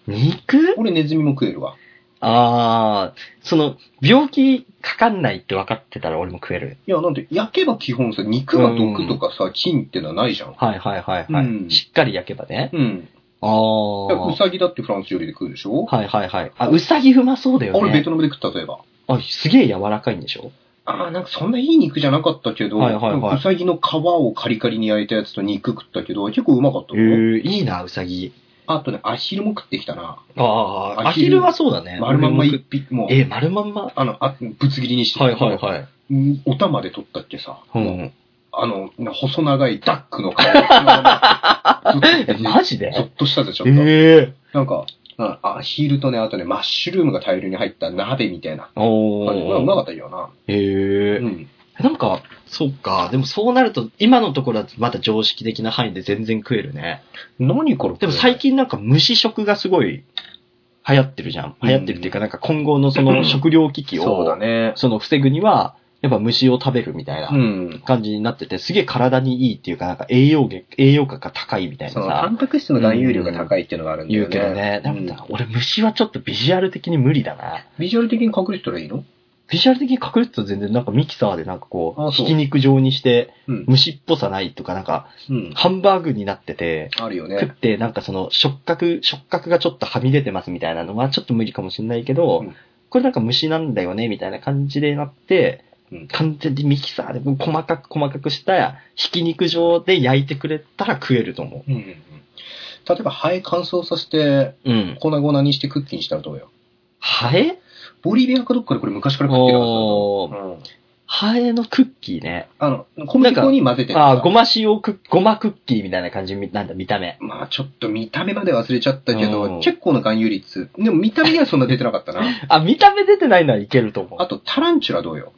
A: 肉
B: 俺ネズミも食えるわ。
A: ああ、その、病気かかんないって分かってたら俺も食える。
B: いや、なんで、焼けば基本さ、肉は毒とかさ、菌ってのはないじゃん。
A: はいはいはいはい。
B: うん
A: しっかり焼けばね。
B: うん。
A: ああ。
B: だからウサギだってフランス料理で食うでしょ、
A: はいはいはい。あ、うさぎうまそうだよね。
B: 俺ベトナムで食った、例えば。
A: あ、すげえ柔らかいんでしょ
B: ああ、なんかそんないい肉じゃなかったけど、
A: はいはいはい
B: なんかウサギの皮をカリカリに焼いたやつと肉食ったけど、結構うまかった
A: え
B: よ
A: ー、いいな、うさぎ。
B: あとね、アヒルも食ってきたな。
A: ああ、
B: ア
A: ア
B: ヒル
A: ヒルはそうだね。
B: 丸まんま
A: 俺も食っ
B: 一匹、もう、
A: えー、丸まんま。は
B: あの、あぶつ切りにして、
A: いはいはい。
B: うんお玉で取ったっけさ、
A: うん。
B: あの、細長いダックの 顔がずっと
A: え、マジで
B: ゾッとしたぜ、ちょっと。
A: ええ
B: なんか、うんアヒルとね、あとね、マッシュルームが大量に入った鍋みたいな。
A: ー。お
B: まあうまか
A: ー。
B: ったよな。
A: え
B: う
A: え
B: ん。
A: なんか、そうか。でもそうなると、今のところはまだ常識的な範囲で全然食えるね。
B: 何から
A: でも最近なんか虫食がすごい流行ってるじゃん。
B: うん
A: 流行ってるっていうか、なんか今後のその食料危機を、
B: そうだね。
A: その防ぐには、やっぱ虫を食べるみたいな
B: うん。
A: 感じになってて、すげえ体にいいっていうか、なんか栄養源、栄養価が高いみたい
B: そ
A: な
B: の、タ
A: さ、
B: ンパク質の含有量が高いっていうのがあるんだ
A: 言
B: よ
A: う
B: ね。
A: けどね。
B: う
A: なんんか俺虫はちょっとビジュアル的に無理だな。
B: ビジュアル的に隠れてたらいいの
A: ビジュアル的に隠れてたら全然なんかミキサーでなんかこ
B: あ
A: う、
B: そう
A: ひき肉状にして、
B: うん。
A: 虫っぽさないとかなんか、
B: うん。
A: ハンバーグになってて、
B: あるよ
A: 食っ
B: ね。
A: てなんかその触覚、触覚がちょっとはみ出てますみたいなのはちょっと無理かもしれないけど、
B: うん
A: これなんか虫なんだよねみたいな感じでなって、
B: うん
A: 完全にミキサーでもう細かく細かくしたひき肉状で焼いてくれたら食えると思
B: うんうんうん。例えば、ハエ乾燥させて、
A: う。うん。
B: 粉々にしてクッキーにしたらどうよ。
A: ハエ
B: ボリビアかどっかでこれ昔から食ってるは
A: お
B: ず
A: ー
B: だうん。
A: ハエのクッキーね。
B: あの、小麦粉に混ぜて
A: ああ、ごま塩クッ、ごまクッキーみたいな感じみなんだ、見た目。
B: まあちょっと見た目まで忘れちゃったけ
A: う
B: ど、
A: ん
B: 結構な含有率。でも見た目にはそんな出てなかったな。
A: あ、見た目出てないのはいけると思
B: あ
A: う。
B: と、タランチュラどうよ。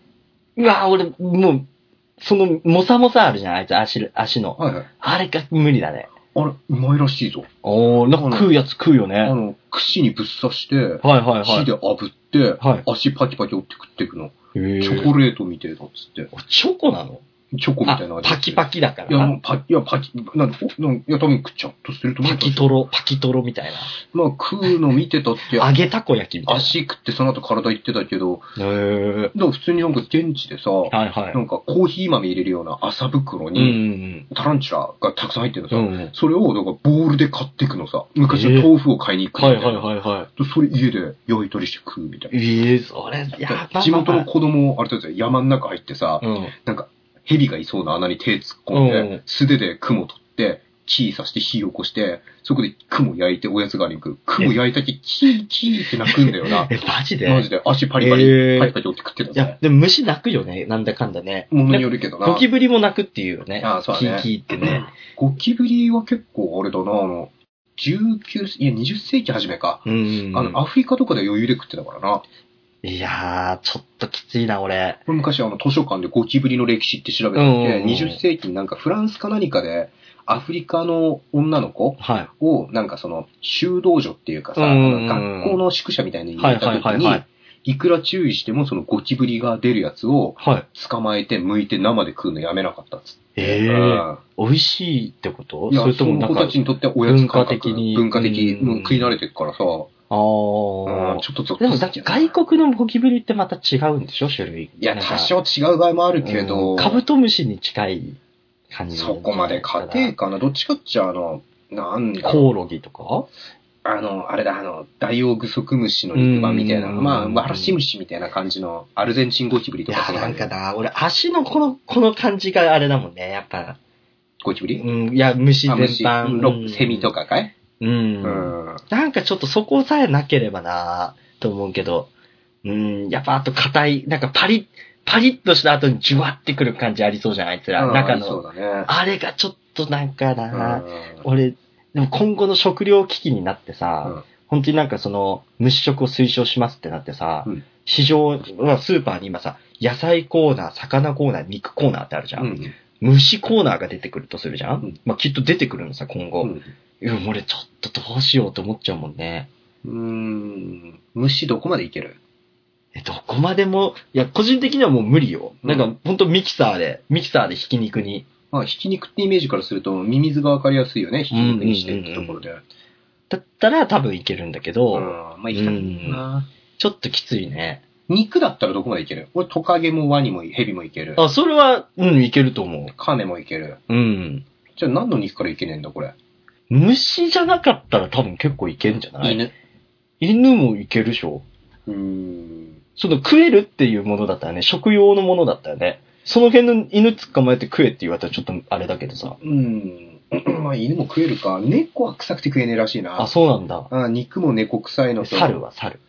A: うわ俺、もう、その、もさもさあるじゃん、あいつ、足、足の。
B: はいはい。
A: あれが無理だね。
B: あれ、うまいらしいぞ。
A: おおなんか食うやつ食うよね。
B: あ
A: はい
B: の、串にぶっ刺して、
A: はいはい。
B: 火で炙って、
A: はい。
B: 足パキパキ折って食っていくの。
A: チ
B: チョコレートみたいだっつって。
A: チョコなの
B: チョコみたいな
A: あ、パキパキだか
B: いや、も
A: ら。
B: うパキ、いや、パキ、なんおなんいや、多分くちゃんとしてると思
A: パ
B: うんです
A: キ
B: よ
A: トロ、パキトロみたい
B: まあ、食うの見てたって
A: な。、揚げたこ焼きみたいな。
B: 足食ってその後体行ってたけど、
A: へー
B: でも普通になんか現地でさ、
A: はいはい
B: な。んかコーヒー豆入れるような麻袋
A: う
B: に、
A: ん
B: タランチュラがたくさん入ってるの
A: うんう
B: さ、
A: ん。うん。
B: それをなんかボールで買っていくのさ、昔の豆腐を買いに行く
A: は
B: み
A: い
B: たいな
A: はいはいは
B: でそれ家で焼いたりして食うみたい
A: い。ええそれ、やば
B: な。
A: い。
B: 地元の子供、あれだぜ、山の中入ってさ、
A: うん。
B: なんか、蛇がいそうな穴に手突っ込んで、
A: うん
B: 素手で雲取って、木刺して火起こして、そこで雲焼いておやつがわりに食う。雲焼い
A: 。
B: たき、キーキーって鳴くんだよな
A: え、マジで
B: マジで足パリパリ、
A: えー
B: パリパリ折って食ってた
A: いや
B: ぜ。、
A: でも虫泣くよね、なんだかんだね。
B: ものによるけどな。
A: ゴキブリも泣くっていうよね。
B: あそうだね
A: キーキーってね。
B: ゴキブリは結構あれだな、あの、 19世、いや、20世紀初めか。
A: うん。
B: あの、アフリカとかで余裕で食ってたからな。
A: いやー、ちょっときついな、俺。
B: これ昔あの図書館でゴキブリの歴史って調べて
A: うんうんう
B: て、
A: ん
B: 20世紀になんかフランスか何かで、アフリカの女の子
A: はい。
B: を、なんかその、修道女っていうかさ、
A: うんうんうん
B: あの学校の宿舎みたいなのに
A: はい
B: 入れ
A: はい
B: た
A: はい
B: 時
A: は
B: に
A: い、。
B: いくら注意してもそのゴキブリが出るやつを
A: はい。
B: 捕まえて剥いて生で食うのやめなかったっつって。
A: ええー。美味しいってこと
B: うんいや、
A: それと
B: そ
A: も
B: の
A: なん
B: 子
A: か、あ
B: たちにとってはおやつ
A: 文化
B: 感覚
A: 的に
B: 文化的、
A: うん
B: うん食い慣れてるからさ、う
A: あー
B: ん、ちょっとゾッ
A: で
B: と
A: も
B: す
A: だ、
B: るけど
A: 外国のゴキブリってまた違うんでしょ種類。い
B: いや、多少違う場合もあるけど、
A: カブトムシに近い感じ。
B: そこまで家庭かな。どっちかっちゃ、あの、なんだ
A: コオロギとか
B: あの、あれだ、あの、ダイオウグソクムシの肉まんみたいな、
A: うん
B: まあ、ワラシムシみたいな感じのアルゼンチンゴキブリ
A: い
B: と
A: や
B: かそ
A: ー、
B: の
A: なん
B: 感じ
A: かな、俺足のこの、この感じがあれだもんね、やっぱ。
B: ゴキブ
A: う
B: リ
A: ん、いや、虫
B: あ
A: 全
B: 虫
A: 般。
B: う
A: う
B: ん
A: ん
B: ロセミと。かかい
A: うん。
B: うん。
A: なんかちょっとそこさえなければなと思うけど。うん、やっぱあと硬い、なんかパリッ、パリッとした後にジュワってくる感じありそうじゃないあいつら。中
B: そ
A: の。
B: うだね。
A: あれがちょっとなんか
B: う
A: な、
B: ん
A: 俺、でも今後の食糧危機になってさ、
B: うん
A: 本当になんかその、虫食を推奨しますってなってさ、
B: うん
A: 市場、スーパーに今さ、野菜コーナー、魚コーナー、肉コーナーってあるじゃん。
B: うん
A: 虫コーナーが出てくるとするじゃん、
B: うん
A: まあきっと出てくるのさ、今後。
B: うん
A: いや、俺ちょっとどうしようと思っちゃうもんね。
B: うん。虫どこまでいける
A: え、どこまでも、いや、個人的にはもう無理よ。
B: うん
A: なんか、ほんとミキサーで、ミキサーでひき肉に。
B: まあ、ひき肉ってイメージからすると、ミミズがわかりやすいよね、ひき肉にしてるところで。
A: だったら多分いけるんだけど、
B: うん。まあ、いきたいな。
A: ちょっときついね。
B: 肉だったらどこまでいける俺、トカゲもワニもヘビもいける。
A: あ、それは、うん、いけると思
B: カメもいける。
A: う。うん。
B: じゃあ何の肉からいけねえんだ、これ。
A: 虫じゃなかったら多分結構いけんじゃない
B: 犬。
A: 犬もいけるでしょ
B: うーん。
A: その食えるっていうものだったらね、食用のものだったらね、その辺の犬捕まえて食えって言われたらちょっとあれだけどさ。
B: うん。 まあ、犬も食えるか。猫は臭くて食えねえらしいな。
A: あ、そうなんだ。
B: あ肉も猫臭いのと。
A: 猿は猿。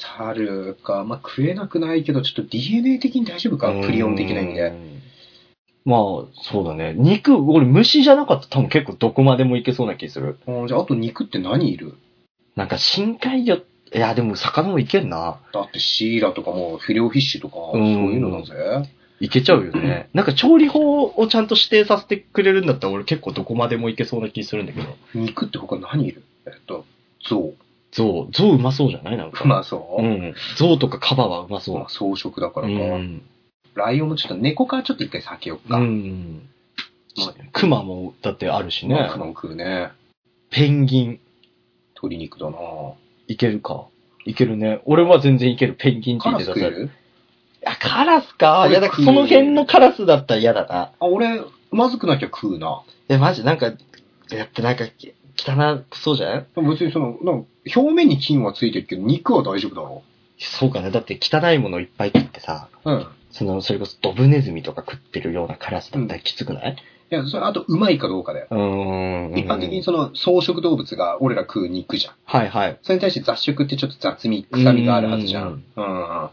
B: 猿か。まあ、食えなくないけど、ちょっと DNA 的に大丈夫かクリオンできないん
A: う
B: で。
A: ん。まあ、そうだね。肉、俺虫じゃなかったら多分結構どこまでもいけそうな気する。
B: うんじゃあ、あと肉って何いる
A: なんか深海魚、いやでも魚もいけんな。
B: だってシイラとかもうフィレオフィッシュとか、そううんいうのだぜ。
A: いけちゃうよね。なんか調理法をちゃんと指定させてくれるんだったら俺結構どこまでもいけそうな気するんだけど。
B: 肉って他何いるえっと、象。
A: ゾウ、ゾウう まそうじゃないなんか。
B: まあそう。
A: うん。ゾウとかカバはうまそ
B: ま
A: う
B: あ。草食だから
A: う
B: か。
A: ん。
B: ライオンもちょっと猫からちょっと一回避けよっ
A: う
B: か。
A: ん。
B: まあ
A: クマも、だってあるしね
B: まあ。熊も食うね。
A: ペンギン、
B: 鶏肉だなぁ。
A: いけるか。いけるね。俺は全然いける。ペンギンって
B: カ
A: 言っ
B: ラ
A: てく
B: ス
A: だ
B: 食
A: さ
B: え
A: い。
B: る
A: あ、カラスか。
B: 俺
A: いや、だからその辺のカラスだったら嫌だな。
B: あ、俺、まずくなきゃ食うな。
A: いや、マジ、なんか、やってなんか、汚そうじゃん
B: でも別にその、なんか表面に菌はついてるけど、肉は大丈夫だろ
A: そうかね。だって汚いものいっぱい食ってさ、
B: う。うん。
A: その、それこそドブネズミとか食ってるようなカラスだったらきつくない
B: いや、それあと、うまいかどうかだよ。
A: うーん。
B: 一般的にその、草食動物が俺ら食う肉じゃん。
A: はいはい。
B: それに対して雑食ってちょっと雑味、臭みがあるはずじゃん。
A: う
B: うんん。だか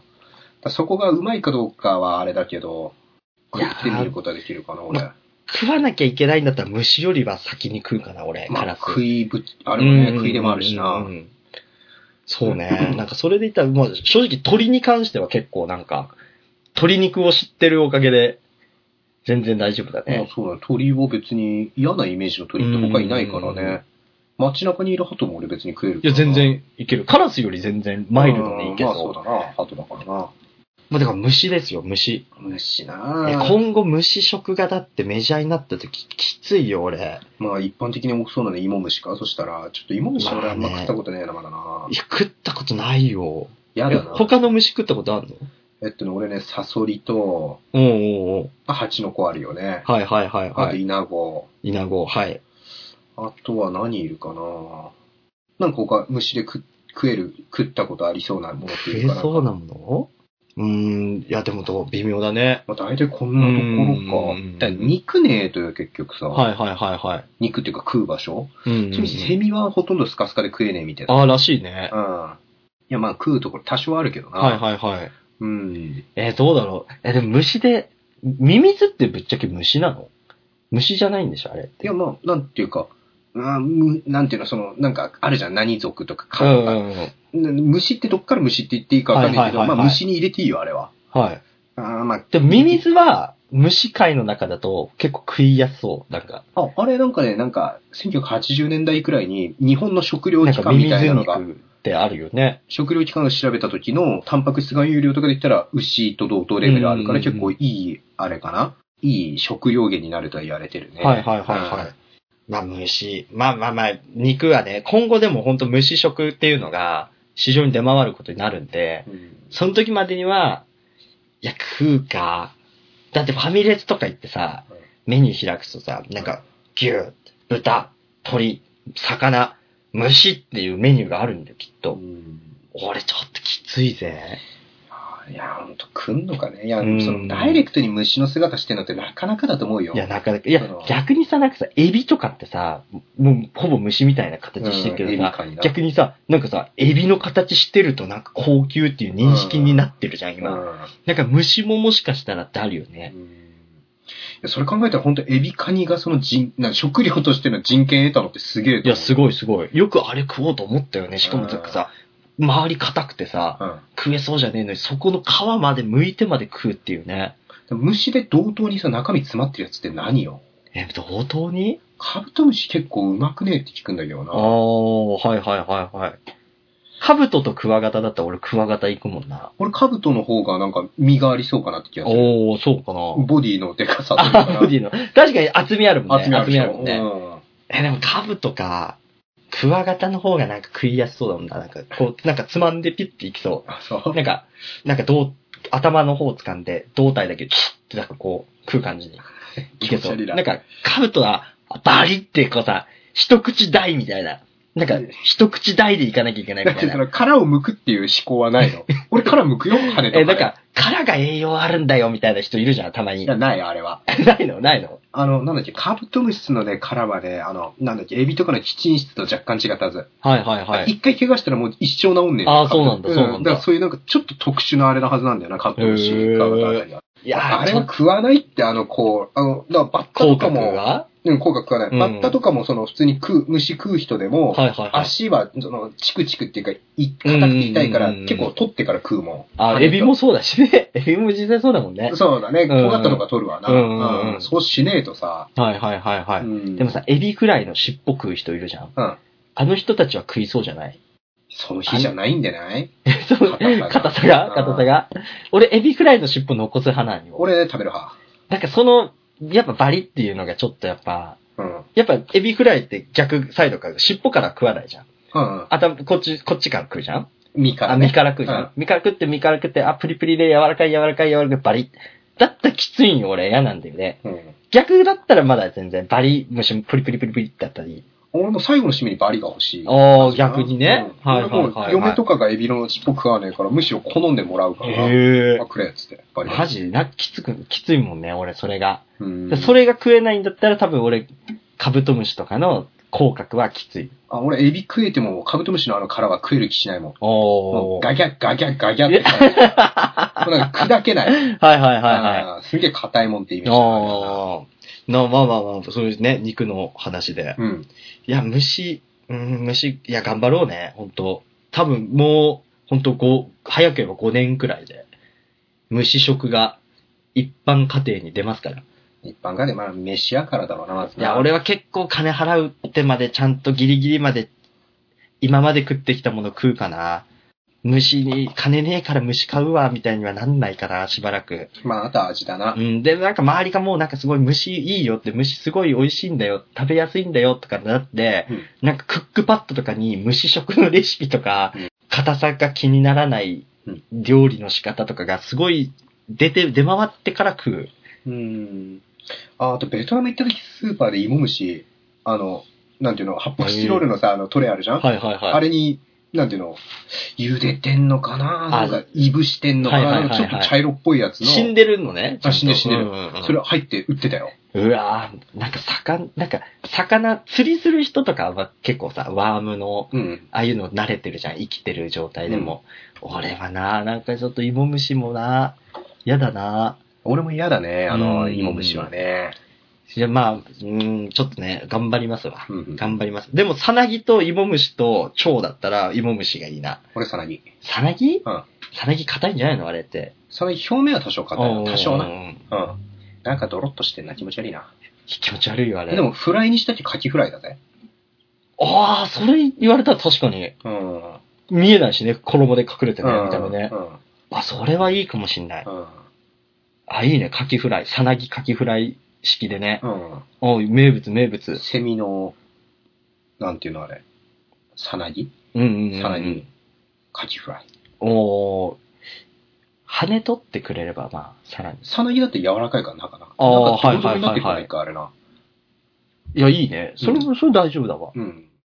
B: らそこがうまいかどうかはあれだけど、
A: い
B: 食
A: や
B: ってみることはできるかな、俺。
A: 食わなきゃいけないんだったら虫よりは先に食うかな、俺、
B: ま
A: カラ
B: あ、
A: ス。
B: 食いぶ、あれもね、
A: うん
B: 食いでもあるし
A: う
B: なん
A: う。んそう ね。なんかそれで言ったら、まあ、正直鳥に関しては結構なんか、鶏肉を知ってるおかげで、全然大丈夫だ
B: まあ
A: ね。
B: そうだね。鳥は別に嫌なイメージの鳥って他いないから
A: うんうんうん
B: ね。街中にいる鳩も俺別に食える
A: い
B: から
A: や、全
B: な
A: 然いける。カラスより全然マイルドにいけそう。
B: まあそうだな、鳩だからな。
A: まあ、だから虫ですよ、虫。
B: 虫
A: え
B: なぁ。
A: 今後虫食がだってメジャーになった時、きついよ、俺。
B: まあ一般的に多そうなのは芋虫か。そしたら、ちょっと芋虫俺あんま
A: まあね。
B: 食ったことねえな、まだない
A: や、食ったことないよ。
B: や
A: え
B: だな。
A: 他の虫食ったことあるの
B: えっとね、俺ね、サソリと、
A: うんうんうん。
B: まあ、ハチノコあるよね。
A: はいはいはい
B: あ
A: は
B: と
A: い。
B: イナゴ。
A: イナゴ、はい。
B: あとは何いるかななんか他虫で食食える、食ったことありそうなものって
A: 食
B: いう
A: え
B: かな。
A: そうなものうーん、いやでもどう微妙だね。
B: まあ、大体こんなとこ
A: う
B: ろか
A: ん。
B: だから肉ねえとよ、結局さ。
A: はいはいはいはい。
B: 肉っていうか食う場所。
A: うん
B: ちなみにセミはほとんどスカスカで食えねえみたいな。
A: ああ、らしいね。
B: うん。いや、まあ食うところ多少あるけどな。
A: はいはいはい。
B: うん。
A: えーどうだろう。えーでも虫で、ミミズってぶっちゃけ虫なの虫じゃないんでしょあれっ
B: い
A: て。
B: や、まあ、なんていうか、あーむなんていうの、その、なんか、あるじゃん、何族とか、
A: う
B: か
A: んうんうん。
B: な虫ってどっから虫って言っていいかわかんないけ
A: は
B: ど、
A: いはいはいはい
B: まあ虫に入れていいよ、あれは。
A: はい。
B: あーまあ、
A: でも、ミミズは、虫界の中だと結構食いやすそう。なんか、
B: あ、あれなんかね、なんか、1980年代くらいに、日本の食料
A: なん
B: 機
A: か
B: 関
A: ミ
B: み
A: ミ
B: たい
A: ズ
B: なのが、
A: 肉ってあるよね。
B: 食料機関を調べた時の、タンパク質含有量とかで言ったら、牛と同等レベルあるか
A: う
B: ら、
A: んうんうん
B: 結構いい、あれかな。いい食料源になるとは言われてるね。
A: はいはいはいは
B: うん
A: い。まあ虫、まあまあまあ、肉はね、今後でも本当虫食っていうのが市場に出回ることになるんで、
B: うん
A: その時までには、いや、食うか。だってファミレスとか行ってさ、メニュー開くとさ、なんか、牛、豚、鳥、魚、虫っていうメニューがあるんだよ、きっと。
B: うん
A: 俺ちょっときついぜ。
B: あーいや、ほんと、来んのかね。いや、そ
A: うん
B: の、ダイレクトに虫の姿してるのってなかなかだと思うよ。
A: いや、なかなか、いや
B: その、
A: 逆にさ、なんかさ、エビとかってさ、もうほぼ虫みたいな形してるけ
B: うんエ
A: ど
B: ビ
A: さ、
B: 界だ
A: 逆にさ、なんかさ、エビの形してるとなんか高級っていう認識になってるじゃん、今。
B: うん
A: なんか虫ももしかしたらってあるよね。
B: うんいやそれ考えたら本当エビカニがその人、なんか食料としての人権得たのってすげえ
A: いや、す
B: い。
A: ごいすごい。よくあれ食おうと思ったよね。しかもなんかさ、周り硬くてさ、
B: うん
A: 食えそうじゃねえのに、そこの皮まで剥いてまで食うっていうね。
B: でも虫で同等にさ、中身詰まってるやつって何よ
A: え、同等に
B: カブトムシ結構うまくねえって聞くんだけど
A: あ
B: な。
A: ー、はいはいはいはい。カブトとクワガタだったら俺クワガタ行くもんな。
B: 俺カブトの方がなんか身がありそうかなって気がする。
A: おー、そうかな。
B: ボディのデカさというか
A: あ、ボディの。確かに厚みあるもんね。
B: 厚みあるでしょ。
A: もんね。え、でもカブとか、クワガタの方がなんか食いやすそうだもんな。なんかこう、なんかつまんでピッていきそ
B: うんあ、そう
A: う。。なんか、なんかどう、頭の方を掴んで、胴体だけキッてなんかこう、食う感じにいけそ
B: 気持ち
A: う。
B: 悪いな
A: なんか、カブとは、バリってこうさ、一口大みたいな。なんか、一口大でいかなきゃいけないみ
B: だっ
A: い
B: たて
A: な
B: そ。の殻を剥くっていう思考はない の。俺殻剥くよ羽とかね。
A: え、なんか、殻が栄養あるんだよみたいな人いるじゃん、たま
B: い
A: に。
B: や、ない、あれは。
A: ないのないの
B: あの、なんだっけ、カブトムシのね、殻はね、あの、なんだっけ、エビとかの基沈室と若干違ったはず。
A: はいはいはい。
B: 一回怪我したらもう一生治んねえ
A: あーそうなんだそうなんだ
B: からそういうなんかちょっと特殊なあれなはずなんだよな、カブトムシ
A: へー
B: クワガタあたりは。
A: いやー
B: あれは食わないって、あの、こう、あの、だからバッタ
A: 口
B: とか
A: 角
B: も、
A: が
B: うん、効果食わない。
A: うん
B: バッタとかもその普通に食う、虫食う人でも、
A: はいはいはい。
B: 足は、その、チクチクっていうか、い硬くて痛いか
A: う
B: ら
A: んうんうん、
B: 結構取ってから食うもん。
A: あ、
B: 羽と
A: エビもそうだし ね。エビも実際そうだもんね。
B: そうだね、小型とか取るわな。
A: うんうんうん
B: うんそうしねえとさ、
A: はいはいはいは
B: う
A: い。
B: ん
A: でもさ、エビくらいの尻尾食う人いるじゃん。
B: うん
A: あの人たちは食いそうじゃない
B: その日じゃないんでない
A: そう
B: 硬さが
A: 硬さが硬さが俺、エビくらいの尻尾残す派なんよ。
B: 俺、食べる派。
A: なんかその、やっぱバリっていうのがちょっとやっぱ、
B: うん。
A: やっぱエビくらいって逆サイドから、尻尾から食わないじゃん。
B: うん。
A: あた、こっち、こっちから食うじゃん
B: 身から
A: あ、
B: ね。
A: 身から食うじゃ
B: うん
A: ん。身から食って、身から食って、あ、プリプリで柔らかい柔らかい柔らかいバリ。だったらきついんよ、俺。嫌なんだよね。
B: うん。
A: 逆だったらまだ全然バリ、むしろプリプリプリプリだったり。
B: 俺も最後の締めにバリが欲しい。
A: ああ、逆にね。
B: うん
A: はいはい
B: 俺も
A: はい。
B: 嫁とかがエビの尻尾食わねえから、むしろ好んでもらうから、
A: へえ
B: あ。くれっつって、バリ。
A: マジな、きつく、きついもんね、俺、それが。
B: うん
A: それが食えないんだったら多分俺、カブトムシとかの口角はきつい。
B: あ、俺エビ食えてもカブトムシのあの殻は食える気しないもん。
A: お
B: もう
A: ー。
B: ガギャガギャガギャ って感じ。もうなんか砕けない。
A: はいはいはいは
B: あーすげえ硬いもんってイメー
A: い。
B: ジだ
A: おー。な、まあまあまあ、そうですね、肉の話で。
B: な。うん。
A: いや、虫、うん、虫、いや、頑張ろうね、本当多分、もう、本当五早ければ5年くらいで、虫食が一般家庭に出ますから。
B: 一般家でまあ飯やからだろうな、まず
A: い
B: な。
A: や、俺は結構金払うってまでちゃんとギリギリまで、今まで食ってきたもの食うかな。虫に、金ねえから虫買うわ、みたいにはなんないから、しばらく。
B: まああとは味だな
A: う。ん、で、なんか周りがもうなんかすごい虫いいよって、虫すごい美味しいんだよ、食べやすいんだよとかなって、
B: うん
A: なんかクックパッドとかに虫食のレシピとか
B: うん、
A: 硬さが気にならない
B: うん
A: 料理の仕方とかがすごい出て、出回ってから食う。
B: うん。あ、あとベトナム行った時スーパーで芋虫、あの、なんていうの、発泡スチロールのさ、あのトレイあるじゃん
A: はいはいはい。
B: あれに、なんていうの、茹でてんのかな
A: あ
B: なんか、いぶしてんのか
A: はいはい
B: な
A: はいはい
B: ちょっと茶色っぽいやつの、
A: 死んでるのね。
B: あ死んでる死んでる
A: うんうんうん
B: それ入って売ってたよ。
A: うわぁ、なんか魚、なんか魚、釣りする人とかは結構さ、ワームの
B: うん。
A: ああいうの慣れてるじゃん、生きてる状態でも。俺はな、なんかちょっと芋虫もな、嫌だな。
B: 俺も嫌だね、あ
A: う
B: の、
A: ん
B: 芋虫はね。
A: いや、まあ、うん、ちょっとね、頑張りますわ。
B: うん。
A: 頑張ります。でも、サナギとイモムシと蝶だったら、イモムシがいいな。
B: これさらに。
A: サナギ
B: うん。
A: サナギ硬いんじゃないのあれって。
B: その表面は多少硬いな。多少な。
A: う
B: うん。
A: ん
B: なんかドロッとしてんな。気持ち悪いな。
A: 気持ち悪いよ、あれ。
B: でも、フライにしたってカキフライだぜ。
A: ああ、それ言われたら確かに。
B: うん。
A: 見えないしね、衣で隠れてね、みたいなね
B: う。ん。
A: あ、それはいいかもしんない。
B: うん。
A: あ、いいね、カキフライ。サナギカキフライ式でね。
B: うん。
A: おい名物、名物。
B: セミの、なんていうのあれ。さなぎ
A: うんうん、うん。
B: さなぎ。カキフライ。
A: おー羽取ってくれれば、まあ、さらに。
B: さなぎだって柔らかいからなかなか。
A: あー
B: なんかトロトロになってくるから、あれな。
A: いや、いいね。それ、それ大丈夫だわ。
B: うん。